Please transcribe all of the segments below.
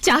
家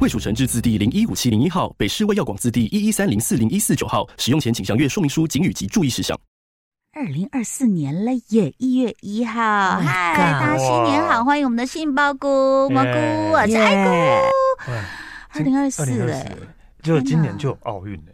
卫蜀成字字第零一五七零一号，北市卫药广字第一一三零四零一四九号。使用前请详阅说明书、警语及注意事项。二零二四年了耶，一月一号， my 嗨，大家新年好，欢迎我们的杏鲍菇、蘑菇， Yeah 我是爱菇。哎二零二二四零二哎四，，就今天哪年就有奥运嘞，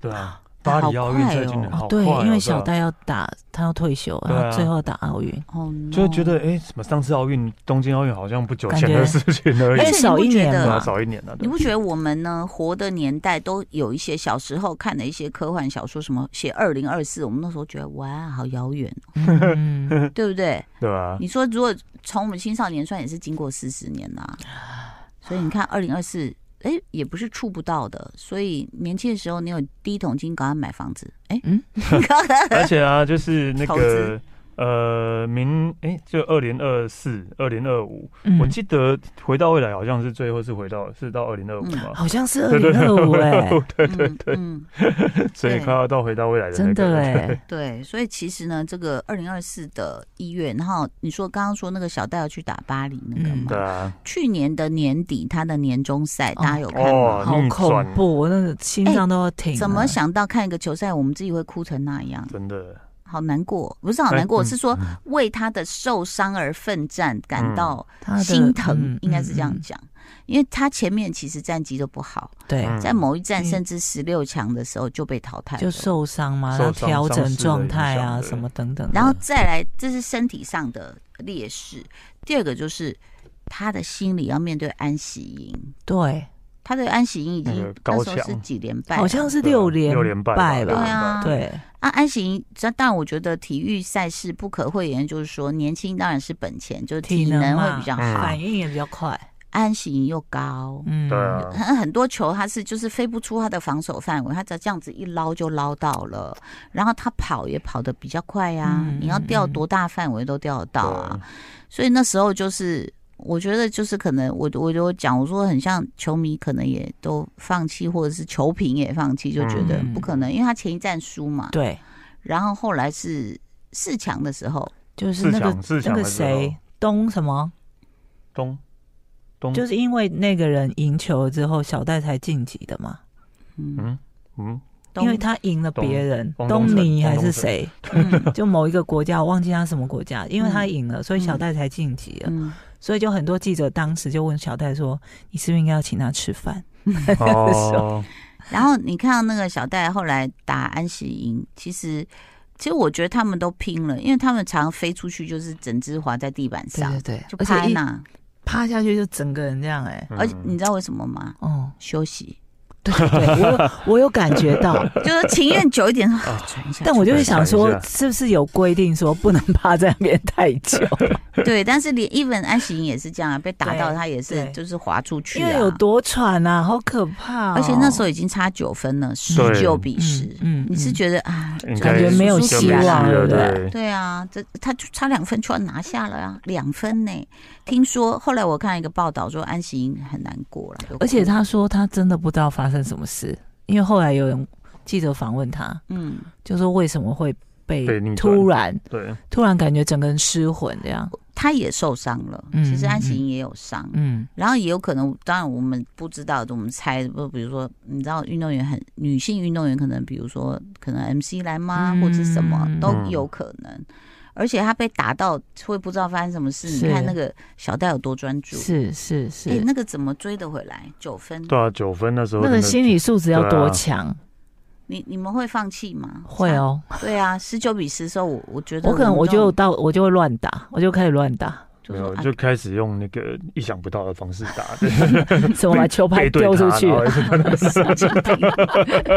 对啊，好巴黎奥运快在哦今年哦好，快对哦，因为对啊小戴要打，他要退休，对啊然后最后打奥运，哦，no，就觉得哎，什么上次奥运、东京奥运好像不久感前觉 的事情而已而且，少一你年不觉对啊得嘛，早一年了，对你不觉得我们呢活的年代都有一些小时候看的一些科幻小说，什么写二零二四，我们那时候觉得哇，好遥远，哦 嗯，对不对？对啊，你说如果从我们青少年算也是经过四十年呐、所以你看二零二四，哎，也不是触不到的。所以年轻的时候，你有第一桶金，赶快买房子，哎，嗯而且啊，就是 那投个资呃，明哎，就二零二四、二零二五，嗯我记得回到未来好像是最后是回到是到二零二五 嗯嘛，好像是二对对零对二五哎，对 对嗯嗯，所以对快要到回到未来的那真个的了哎，对。所以其实呢，这个二零二四的一月，然后你说刚刚说那个小戴要去打巴黎那个嗯嘛，对啊，去年的年底他的年终赛，哦大家有看哦啊吗？好逆转恐怖，我那个心脏都要停了。怎么想到看一个球赛，我们自己会哭成那样？真的，好难过，不是好难过，哎是说嗯嗯为他的受伤而奋战，感到他的心疼嗯，应该是这样嗯嗯讲。因为他前面其实战绩都不好，对，嗯在某一站嗯甚至十六强的时候就被淘汰了就受伤嘛，受然后伤调伤势整的状影态响啊，对什么等等的。然后再来，这是身体上的劣势。第二个就是他的心理要面对安喜英，对，他对安喜英已那经个高那时候是墙几连败啊，好像是对啊六连六连败吧对对吧？啊，对，啊，安行，这但我觉得体育赛事不可讳言，就是说年轻当然是本钱，就是体体能能嘛会比较好。嗯反应也比较快。安行又高，嗯，对啊，很很多球他是就是飞不出他的防守范围，他只要这样子一捞就捞到了，然后他跑也跑得比较快呀、嗯你要钓嗯嗯多大范围都钓得到啊。对所以那时候就是，我觉得就是可能我我就讲，我说很像球迷，可能也都放弃，或者是球评也放弃，就觉得嗯不可能，因为他前一站输嘛，对，然后后来是四强的时候，就是四嗯那个强四那强个的时候谁东什么，东嗯东就是因为那个人赢球了之后，小戴才晋级的嘛，嗯，嗯 嗯，东因为他赢了别人，东东尼还 是谁，嗯就某一个国家，我忘记他什么国家，因为他赢了，所以小戴才晋级了。嗯，所以就很多记者当时就问小戴说：“你是不是应该要请他吃饭哦，然后你看到那个小戴后来打安喜赢，其实。其实我觉得他们都拼了，因为他们常飞出去就是整只滑在地板？”上，对啊就而且趴一那。趴下去就整个人这样哎、而且你知道为什么吗？哦，休息，对对对，我有我有感觉 到，就是情愿久一点，啊喘一下。但我就会想想说一，下是不是有规定说不能趴在那边太 久？ 对，但是连 even 安喜莹也是这样啊，被打到对她也是对就是滑出去因啊为，有多喘啊，好可怕哦、而且那时候已经差九分了，十九比十，嗯嗯你是觉得啊，应感该觉没有就希没希望望了，了，对不对？对，对啊，这他就差两分就要拿下了啊，两分呢。听说后来我看一个报道说安喜莹很难过了，而且她他说他真的不知道发生什么事，因为后来有人记者访问他，嗯，就说为什么会被被逆转突然对，突然感觉整个人失魂这样。她也受伤了，嗯其实安喜莹也有伤。嗯，然后也有可能，当然我们不知道，我们猜，不，比如说，你知道运动员很女性运动员可能，比如说可能 MC 来吗，嗯或者是什么都有可能。而且她被打到会不知道发生什么事，是你看那个小戴有多专注，是是哎、是，那个怎么追得回来？九分，对啊，九分那时候那个真的啊心理素质要多强？你你们会放弃吗？会哦，对啊，十九比十的时候，我我觉得我可能我们这种就到我就会乱打，我就开始乱 打，就没是有，啊就开始用那个意想不到的方式 打，什么把球拍背对丢出他去，然后一直神经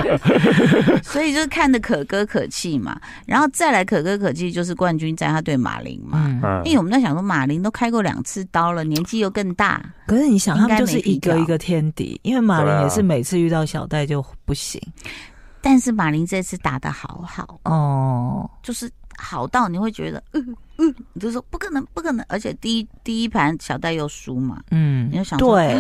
病所以就是看的可歌可泣嘛，然后再来可歌可泣就是冠军战，他对马林嘛。 嗯，嗯因为我们在想说，马林都开过两次刀了，年纪又更大，可是你想，应他该们就是一没个必要一个天敌，因为马对林啊也是每次遇到小戴就不行，但是马林这次打的好好，哦，就是好到你会觉得，嗯嗯，你就说不可能，不可能。而且第一第一盘小戴又输嘛，嗯，你就想说对，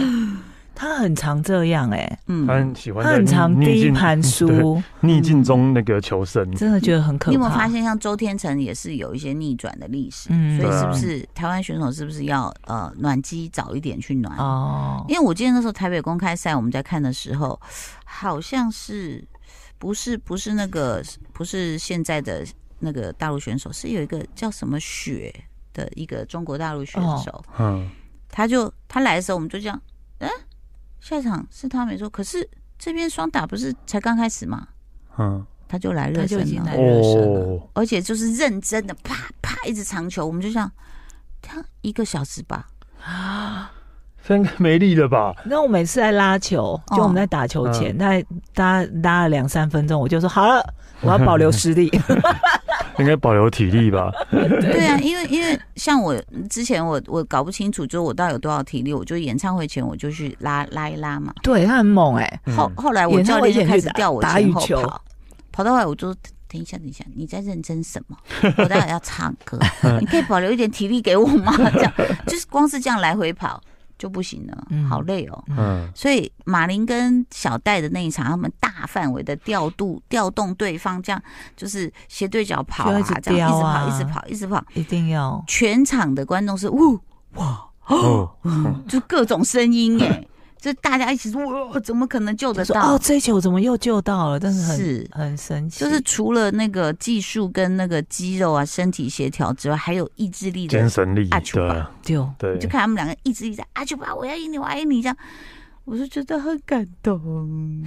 他很常这样哎、嗯，他很喜欢他在很常逆第一境盘 对输，逆境中那个求生，真的觉得很可怕。你有没有发？现，像周天成也是有一些逆转的历史？嗯所以对是啊不是台湾选手是不是要呃暖机早一点去暖？哦，因为我记得那时候台北公开赛我们在看的时候，好像是不是不是那个不是现在的那个大陆选手，是有一个叫什么雪的一个中国大陆选哦手，嗯，他就他来的时候我们就这样，嗯、下一场是他没错，可是这边双打不是才刚开始嘛，嗯，他就来热他就已身经了来。热身了哦，而且就是认真的啪啪一直长球，我们就这样，他一个小时吧，现在没力了吧？那我每次在拉球，就我们在打球前，大概大家拉了两三分钟，我就说好了，我要保留实力。应该保留体力 吧？对啊，因为因为像我之前我我搞不清楚，就是我到底有多少体力，我就演唱会前我就去拉拉一拉嘛，对他很猛哎、嗯后后来我演唱教会练就前开去始打调我打前羽后球跑，跑到后来我就等一下等一下，你在认真什么？我待会要唱 歌，你可以保留一点体力给我吗？这样就是光是这样来回跑就不行了嗯，好累哦。嗯，所以马林跟小戴的那一场，他们大范围的调度调动对方，这样就是斜对角跑就啊，一直这样一飙直跑，一直啊跑，一直跑，一定要全场的观众是呜，哦，嗯就各种声音 耶，就大家一起说，哇，怎么可能救得说到哦，？这一球怎么又救到了？但是很是很神奇，就是除了那个技术跟那个肌肉啊、身体协调之外，还有意志力的精神力，啊出对丢对你就，看他们两个一直一直在啊，就吧，我要赢你，我要赢你这样，我就觉得很感动，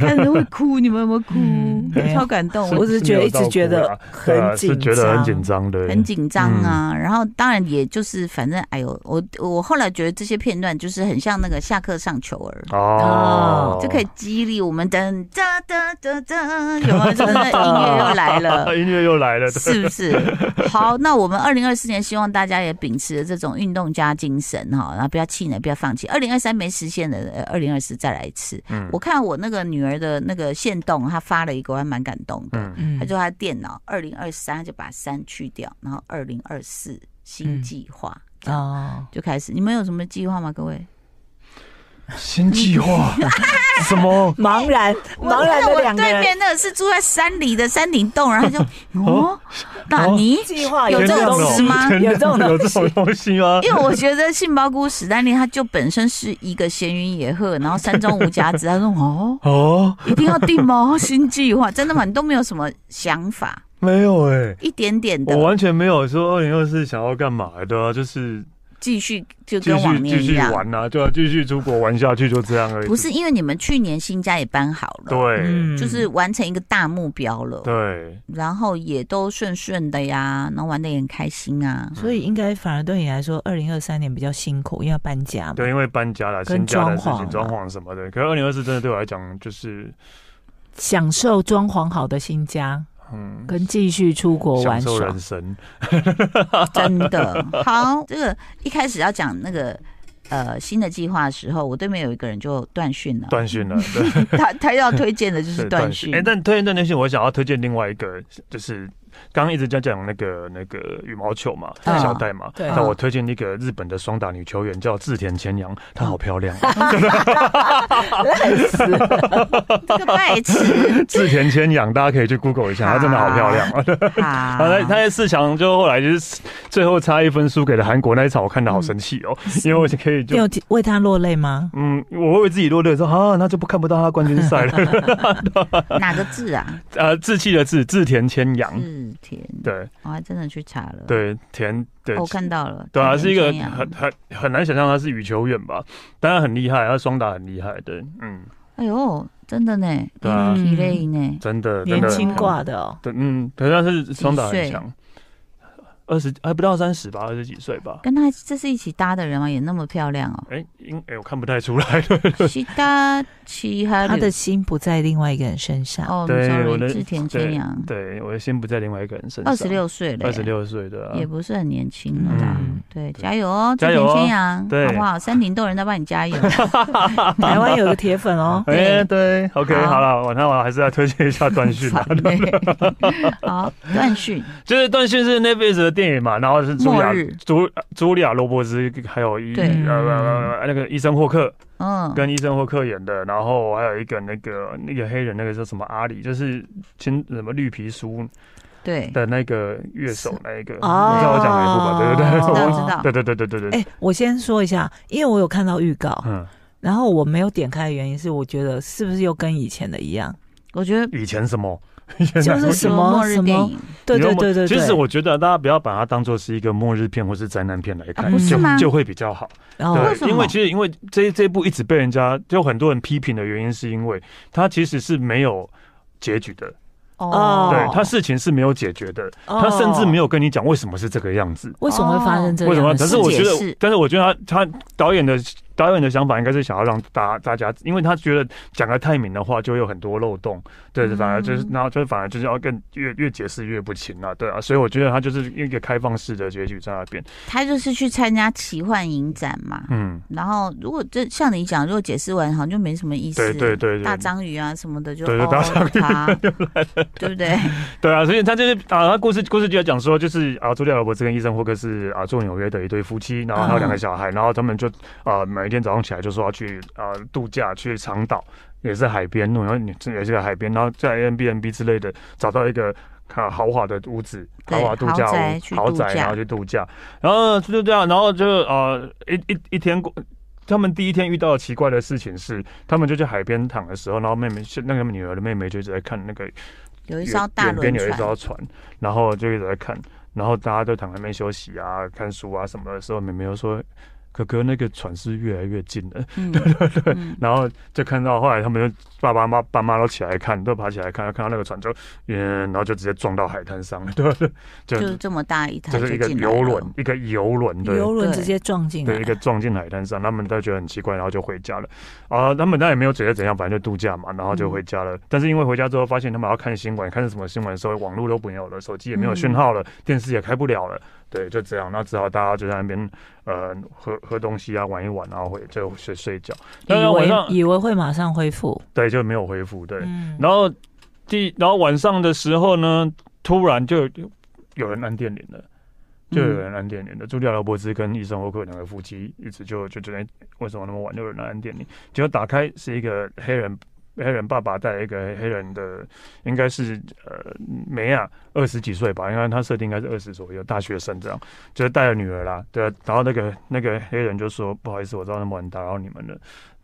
看着会哭，你们有没有哭？嗯没有超感动，我只是觉得一直觉得对啊，很紧是张，觉得很紧张的，很紧张啊。嗯然后当然也就是反正哎呦，我我后来觉得这些片段就是很像那个下课上球儿。哦，，就可以激励我们，噔噔噔噔噔，有没有？就是那音乐又来了音乐又来了， 对是不是？好，那我们二零二四年希望大家也秉持着这种运动家精神哈，然后不要气馁，不要放弃。二零二三没实现的，二零二四再来一次。嗯我看我那个女儿的那个线动，她发了一个，我还蛮感动的。嗯，嗯他就他电脑二零二三就把三去掉，然后二零二四嗯新计划、这样哦，就开始。你们有什么计划吗？各位？新计划 什么？茫然茫然我的看我两个对人面那个是住在山里的山顶洞，然后他就哦，纳尼？计划有这这个种东事西吗有这种有东这西种东西吗？因为我觉得杏鲍菇史丹利他就本身是一个闲云野鹤，然后山中无甲子。他说哦，哦，一定要定吗？新计划真的吗？你都没有什么想法，没有哎，一点点我的完全没有说二零二四想要干嘛的，啊就是继续就继跟往续年继一续样。玩啊，就要继续出国玩下去，就这样而已。不是因嗯为你们去年新家也搬好了，对就是完成一个大目标了，对，然后也都顺顺的呀，然后玩的也很开心啊。所嗯以应该反而对你来说，二零二三年比较辛苦，因为要搬家嘛。对，因为搬家了，跟新家的事装潢情，啊装潢什么的。可是二零二四真的对我来讲，就是享受装潢好的新家，嗯，跟继续出国享玩受耍人。生。 真的好，这个一开始要讲那个呃新的计划的时候，我对面有一个人就断讯了，断讯了，对，他他要推荐的就是对断讯哎、，但推荐断讯，我想要推荐另外一个，就是刚刚一直在讲那个那个羽毛球嘛，嗯小戴嘛。对那我推荐一个日本的双打女球员叫志田千阳，她嗯好 漂亮、啊。累死了这个拜痴志田千阳，大家可以去 Google 一下，她真的好漂亮啊。啊 她在她在四强就后来就是最后差一分输给了韩国那一场，我看的好生气哦，嗯 因为我可以你就有为他落泪吗？嗯，我会为自己落泪说啊，那就不看不到她冠军赛了。 哪个字啊？呃，志气的志，志田千阳，是田，对我还真的去查了，对田对哦，我看到了，对啊，田是一个千阳很很很难想象他是羽球员吧，但他很厉害，他双打很厉害，对，嗯，哎呦，真的呢，对啊体累呢，真的真年的轻很强挂的哦，对，嗯，可是他是双打很强，二十还不到三十吧，二十几岁吧。。跟他这是一起搭的人吗？也那么漂亮哦哎、应哎、我看不太出来。 西达奇哈他鲁的心不在另外一个人身上。哦对我，sorry，的织田千阳，对，我的心不在另外一个人身上。二十，六岁了，二十，六岁的、啊也。不是很年轻了啦。嗯对，加油哦，织加油田哦千阳，对好不好？山顶洞人在帮你加油。嗯台湾有个铁粉 ，哦哎、对，OK，好好了，晚上我还是要推荐一下段 讯烦啊，欸好，段讯，就是段讯是 Netflix 的电影嘛，然后是茱莉末亚日茱茱莉亚罗伯兹，还有一对呃呃呃那个医生霍克嗯，跟医生霍克演的，然后还有一个那个那个黑人那个叫什么阿里，就是青什么绿皮书对，的那个乐手那一个，你知哦道我讲哪一部吧？对对对，知道我知道对对对对对对哎、对，我先说一下，因为我有看到预告，嗯，然后我没有点开的原因是，我觉得是不是又跟以前的一样？我觉得以前什么？就是什么末日电影对你对要么对对对，其实我觉得大家不要把它当做是一个末日片或是灾难片来看，啊不是哦就吗就会比较好。然后为什对，么因为其实因为这这一部一直被人家就很多人批评的原因，是因为它其实是没有结局的，哦对，它事情是没有解决的，它甚至没有跟你讲为什么是这个样子。为什么会发生这为什样么？的但事是情？我觉解释得，但是我觉得他他导演的导演的想法应该是想要让大大家，因为他觉得讲的太明的话，就会有很多漏洞，对，嗯反而就是，然后就反而就是要更越越解释越不清啊，对啊，所以我觉得他就是一个开放式的结局在那边，他就是去参加奇幻影展嘛。嗯，然后，如果这像你讲，如果解释完好像就没什么意思。对对对对大章鱼啊什么的就对对哦大章它对不对？ 对啊，所以他就是啊，他故事故事就在讲说，就是啊，朱利亚·罗伯兹跟医生霍克是啊，住纽约的一对夫妻，然后还有两嗯个小孩，然后他们就啊，每一天早上起来就说要去啊度假，去长岛，也是海边，然后你这也是个海边，然后在 a b n b 之类的找到一个。啊，豪华的屋子，对豪华度假豪宅去屋，豪度假宅，然后去度假，然后就这样，然后就呃，一一一天过，他们第一天遇到的奇怪的事情是，他们就去海边躺的时候，然后妹妹，那个女儿的妹妹就一直在看那个有有一艘大轮边有一艘船，船，然后就一直在看，然后大家都躺在那边休息啊、看书啊什么的时候，妹妹又说：“哥哥，那个船是越来越近了。嗯，对对对，然后就看到后来他们就爸爸妈妈爸妈都起来看，都爬起来看，看到那个船就嗯，然后就直接撞到海滩上了，对对， 就就是这么大一台就是一就个进来游轮了，，一个游轮，对。游轮对直接撞进对，一来，个撞进海滩上，他们都觉得很奇怪，然后就回家了。啊、他们当然也没有觉得怎样，反正就度假嘛，然后嗯就回家了。但是因为回家之后发现他们要看新闻，看什么新闻的时候，网络都没有了，手机也没有嗯讯号了，电视也开不了了，对，就这样。那只好大家就在那边呃喝喝东西啊，玩一玩，然后回就睡睡觉。以但是晚为上以为会马上恢复，对就没有恢复，对。嗯，然后第然后晚上的时候呢，突然就有人按电铃了。就有人按电铃的。茱莉亚·罗伯兹跟医生霍克两个夫妻一直就就觉得哎为什么那么晚就有人按电铃，结果打开是一个黑人黑人爸爸带一个黑人的，应该是呃梅亚二十几岁吧，应该他设定应该是二十左右，大学生这样，就是带了女儿啦，对啊、然后那个那个黑人就说不好意思，我知道那么晚打扰你们了。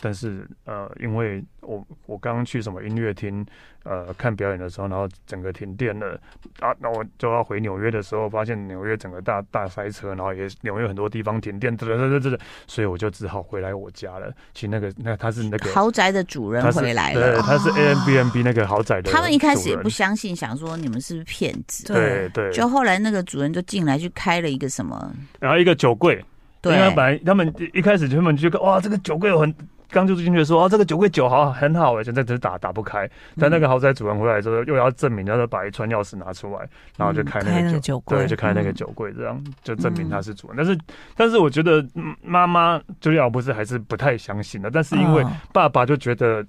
但是，呃，因为我我刚刚去什么音乐厅，呃，看表演的时候，然后整个停电了，啊，那我就要回纽约的时候，发现纽约整个大大塞车，然后也纽约很多地方停电，这这这这，所以我就只好回来我家了。其实那个那他是那个豪宅的主人他是回来对，了。哦他是 a m b n b 那个豪宅的主人。他们一开始也不相信，想说你们是不是骗子？对对，就后来那个主人就进来去开了一个什么，然后一个酒柜，对因为本来他们一开始他们就看哇，这个酒柜有很。刚就进去说啊，这个酒柜酒好很好哎，现在只是打打不开。嗯但那个豪宅主人回来之后，又要证明，他就把一串钥匙拿出来，然后就开嗯开那那个个酒酒对，柜就，开那个嗯酒柜，这样就证嗯明他是主人。但是，但是我觉得嗯妈妈朱莉亚不是还是不太相信的，但是因为嗯爸爸就觉得，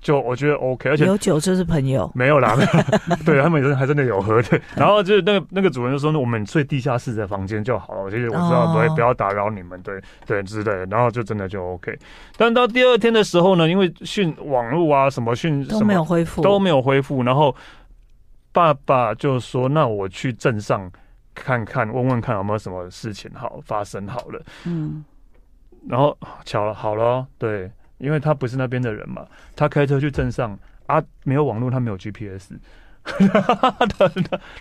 就我觉得 OK，而且有酒就是朋友，没有啦，没有 啦对他们也是还真的有喝的。然后就是那个那个主人就说，我们睡地下室的房间就好了，其实我知道不会、哦不要打扰你们，对对之类的。然后就真的就 OK。但到第二天的时候呢，因为讯网络啊什么讯都什么没有恢复，都没有恢复，然后爸爸就说：“那我去镇上看看，问问看有没有什么事情好发生好了。”嗯，然后巧了，好了哦，对，因为他不是那边的人嘛，他开车去镇上啊，没有网络，他没有 GPS，他他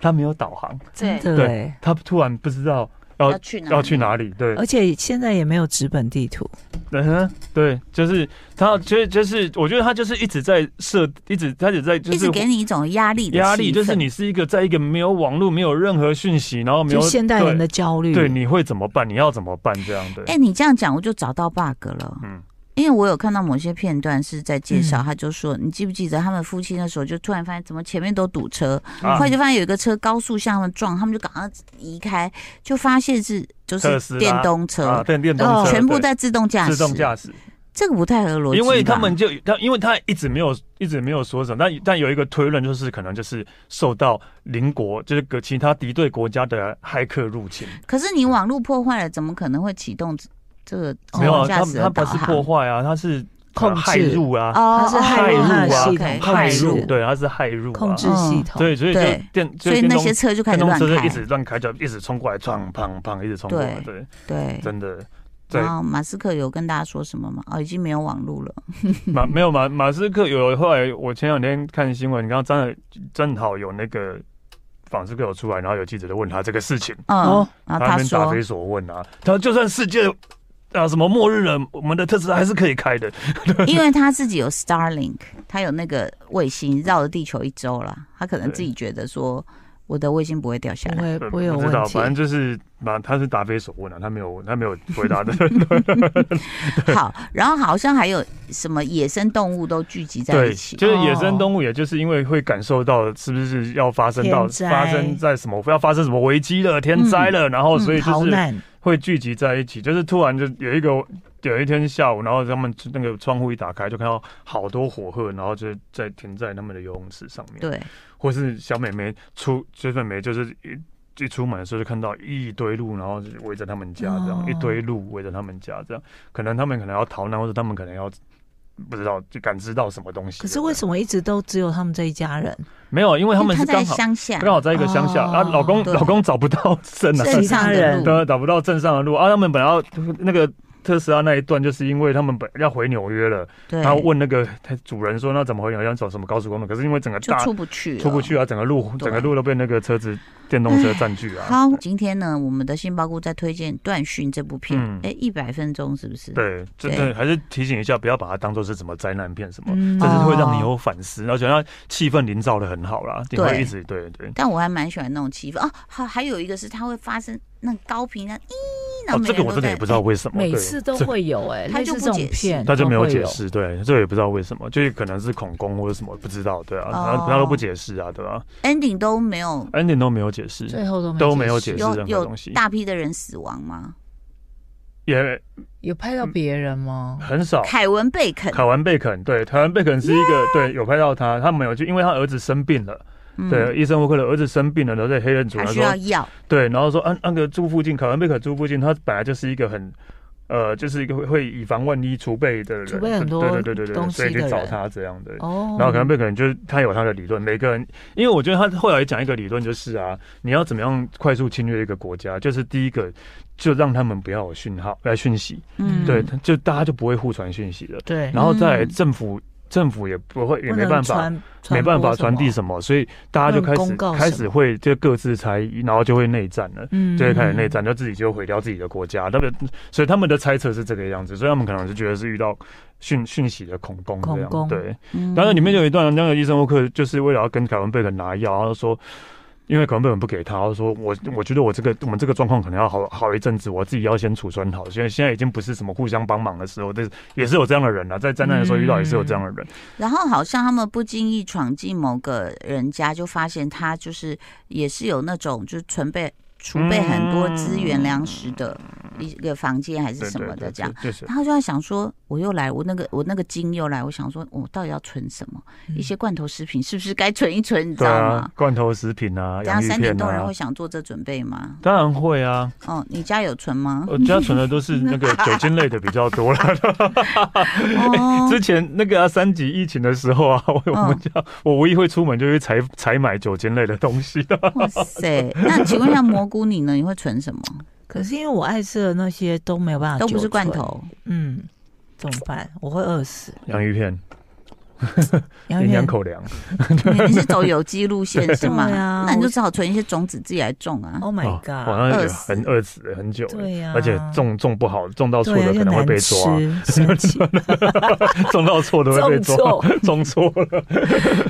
他没有导航，真对的欸他突然不知道要要去哪里要去哪里？对，呃而且现在也没有纸本地图，嗯哼，对，就是他，就就是我觉得他就是一直在设，一直他一直在就一是直给你一种压力的压力，气就是氛你是一个在一个没有网络、没有任何讯息，然后没有就现代人的焦虑。对对，你会怎么办？你要怎么办？这样对，哎、你这样讲我就找到 bug 了。嗯因为我有看到某些片段是在介绍，嗯他就说，你记不记得他们夫妻那时候就突然发现怎么前面都堵车，啊后来就发现有一个车高速向他们撞，他们就赶快移开，就发现是就特是斯拉电动车，啊，电电动哦车全部对在自动驾驶，自动驾驶，这个不太合逻辑吧，因为他们就他，因为他一直没有一直没有说什么，但但有一个推论就是可能就是受到邻国就是个其他敌对国家的骇客入侵，可是你网络破坏了，怎么可能会启动这个自没有动啊，驾他驶他的不导是航？破坏啊，他是控呃制骇入啊，哦，它是骇入啊哦系统 OK 控骇制入，对，他是骇入啊，控制系统，对，所以就对电，所以电那动些车就开始电动乱车就开一，直乱开，就一直冲过来，撞砰砰，一直冲过来，对，对。哦真的。对然，后马斯克有跟大家说什么吗？哦，已经没有网络了。马没有马马斯克有后来，我前两天看新闻，你刚刚正正好有那个马斯克有出来，然后有记者就问他这个事情，嗯，哦然后他他们答说非，所问啊，他就算世界啊什么末日了，我们的特斯拉还是可以开的，因为他自己有 Starlink，他有那个卫星绕着地球一周啦，他可能对自己觉得说我的卫星不会掉下来。不会呃哎不会有知道，问题反。正就是马他是答非所问啊，他没有他没有回 答的，好，然后好像还有什么野生动物都聚集在一起。就是野哦生动物，也就是因为会感受到是不是要发生到天灾发生在什么要发生什么危机了、天灾了，然后所以好就是嗯难，会聚集在一起，就是突然就有一个有一天下午，然后他们那个窗户一打开，就看到好多火鹤，然后就在停在他们的游泳池上面，，对，或是小美眉出追粉眉，就是一一出门的时候就看到一堆鹿，然后就围着他们家这样，哦一堆鹿围着他们家这样，可能他们可能要逃难，或者他们可能要。不知道，就感知到什么东西了。可是为么？什么一直都只有他们这一家人？没有，因为他因为们是在刚好乡下，啊刚好在一个乡下，哦啊，老公对老公找不到镇啊，镇上其他的人路。对，找不到镇上的路啊。他们本来要那个特斯拉那一段，就是因为他们本要回纽约了，对，然后问那个他主人说那怎么回纽约，要走什么高速公路？可是因为整个就大出不去，出不去。啊，整个路整个路都被那个车子电动车占据啊。好，今天呢，我们的杏鲍菇在推荐《断讯》这部片嗯，哎、一百分钟是不是？，对，真的还是提醒一下，不要把它当做是什么灾难片什么，嗯这是会让你有反思，而且它气氛营造的很好啦，你会对一直对对。但我还蛮喜欢那种气氛哦。还还有一个是它会发生那种高频啊的，咦，那哦，每这个个人我都真在的哎也不知道为什么，每对次都这会有哎，他类就似不这种解释片他就没有都会解释，对，这也不知道为什么，就是可能是恐攻或者什么，不知道，对啊，哦然后他都不解释啊，对吧 ending 都没有， ？ending 都没有解释，最后都都没有解释。释任有何有东西大批的人死亡吗？也有拍嗯到别人吗？很少。凯文贝肯，凯文贝肯，对，凯文贝肯是一个对，有拍到他，他没有去，因为他儿子生病了，嗯对，医生沃克的儿子生病了，然后在黑人主他人需说要，药，对，然后说，嗯、啊，那个住附近，凯文贝肯住附近，他本来就是一个很。呃，就是一个会会以防万一储备的人，储备很多对对对对对，东所以西去的找人他这样的。哦，然后可能贝可能就是他有他的理论，每个人，因为我觉得他后来讲一个理论就是啊，你要怎么样快速侵略一个国家，就是第一个就让他们不要有讯号来讯息，嗯，对，就大家就不会互传讯息了，对，然后再来嗯政府政府也不会也不没能办法。传没办法传传播递什么，什么，所以大家就开不能公始告开什始么会就各自猜疑，然后就会内战了，嗯就会开始内战，就自己就毁掉自己的国家。他们所以他们的猜测是这个样子，所以他们可能是觉得是遇到讯讯息的恐攻这恐样，攻对。嗯当然，里面就有一段那个医生沃克就是为了要跟凯文贝肯拿药，然后说，因为凯文贝肯不给他，然后说我我觉得我这个我们这个状况可能要好好一阵子，我自己要先储存好。现在现在已经不是什么互相帮忙的时候，但是也是有这样的人啊，在灾难的时候遇到也是有这样的人，然后好像他们不经意闯进某个人家，就发现他就是也是有那种就是存备储备很多资源粮食的一个房间还是对什嗯对么对的这样。对就是然后就在想说，我又来，我那个我那个金又来，我想说，我到底要存什么？一些罐头食品是不是该存一存？你知嗯对道啊吗，？罐头食品啊，等洋下芋三点片多人啊会。想做这准备吗？当然会啊，哦，你家有存 吗？ 我家存的都是那个酒精类的比较多了。哦，之前那个、啊、三级疫情的时候啊，我我们家、我唯一会出门就去采采买酒精类的东西 的。哇塞！那请问一下蘑菇你呢？你会存 什么？可是因为我爱吃的那些都啊没有办法，都不是罐，头。嗯，怎么办？我会饿死。洋芋片，遥营养远口粮， 你你是走有机路线是吗？对啊那你我就只好存一些种子自己来种啊。 ，Oh 哦 my 好 god，像饿也死很饿死很久欸，对呀而且种种不好，种到错对啊，的可又能会难被吃抓，， 生气，种到错的会被抓种，种错了，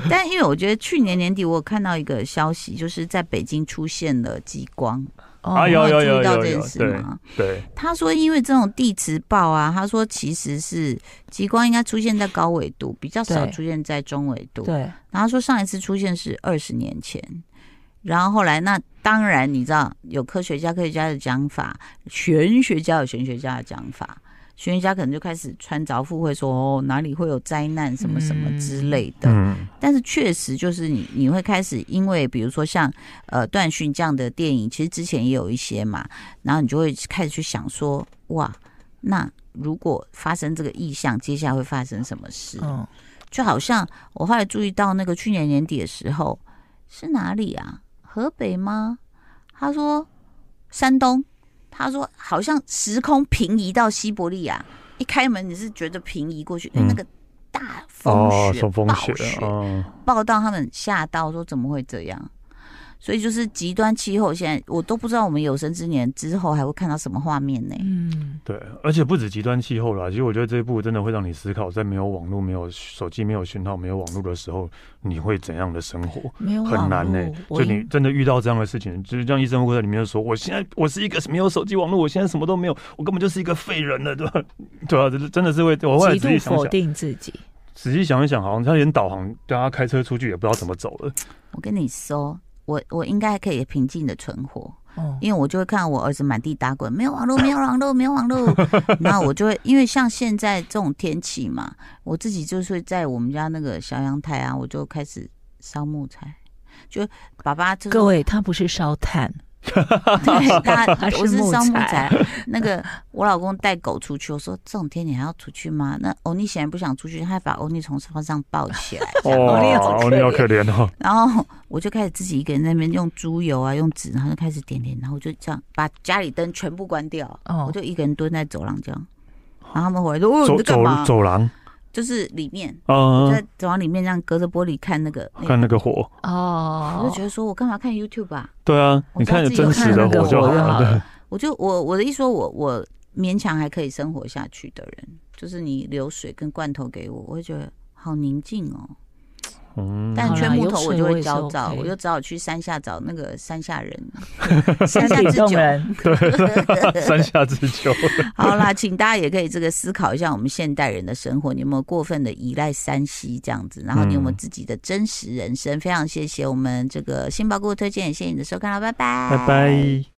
但因为我觉得去年年底我有看到一个消息，就是在北京出现了极光，哦哎你呦有有注有意到有这件有事对吗？对，他说，因为这种地磁暴啊，他说其实是极光应该出现在高纬度，比较少对出现在中纬度。对，然后说上一次出现是二十年前，然后后来那当然你知道有科学家科学家的讲法，玄学家有玄学家的讲法，玄学家可能就开始穿凿附会说哦哪里会有灾难什么什么之类的。嗯，但是确实就是你你会开始因为比如说像呃段勋这样的电影，其实之前也有一些嘛，然后你就会开始去想说哇那。如果发生这个意象，接下来会发生什么事？嗯，就好像我后来注意到那个去年年底的时候是哪里啊？河北吗？他说山东，他说好像时空平移到西伯利亚，一开门你是觉得平移过去，因为嗯那个大风哦，雪、送风暴雪雪，哦，报到他们吓到说怎么会这样？所以就是极端气候，现在我都不知道我们有生之年之后还会看到什么画面呢、嗯，对，而且不止极端气候啦，其实我觉得这一部真的会让你思考，在没有网络、没有手机、没有讯号、没有网络的时候，你会怎样的生活？没有很难呢、欸哦我就你真的遇到这样的事情，就是像医生会在里面说，我现在我是一个没有手机网络，我现在什么都没有，我根本就是一个废人了，对吧？ 对啊，这真的是会，我后来极仔细度想否想，定自己，仔细想一想，好像他连导航，大家开车出去也不知道怎么走了。我跟你说，我我应该还可以平静的存活。哦，因为我就会看我儿子满地打滚，没有 网络，没有网络，没有网络。 那我就会，因为像现在这种天气嘛，我自己就是会在我们家那个小阳台啊，我就开始烧木材。就爸爸就是各位，他不是烧炭， 对，大他 是我是烧木木材材。那个我老公带狗出去，我说这种天你还要出去吗？那欧尼显然不想出去，他还把欧尼从沙发上抱起来。这样哦你好哦可你好怜可怜哦，然后 我就开始自己一个人在那边用猪油啊，用纸，然后就开始点点，然后我就这样把家里灯全部关掉，哦我就一个人蹲在走廊这样。然后他们回来说：“哦，走你在干走嘛？”走廊，就是里面，嗯、就在走廊里面这样隔着玻璃看那个，那看那个火，哦我就觉得说我干嘛看 YouTube 啊？对啊，我你知道看着自己有真看实的那个火就火好就了好。对了我就我我的意思说我，我勉强还可以生活下去的人，就是你流水跟罐头给我，我会觉得好宁静哦。嗯，但好缺啦木有头我水就我会也是焦躁， OK 我就只好去山下找那个山下人，山 下山之顶洞酒。人， 三下之久，好啦，请大家也可以这个思考一下我们现代人的生活，你有没有过分的依赖山西这样子？然后你有没有嗯自己的真实人生？非常谢谢我们这个杏鲍菇的推荐，也谢谢你的收看了，拜拜，拜拜。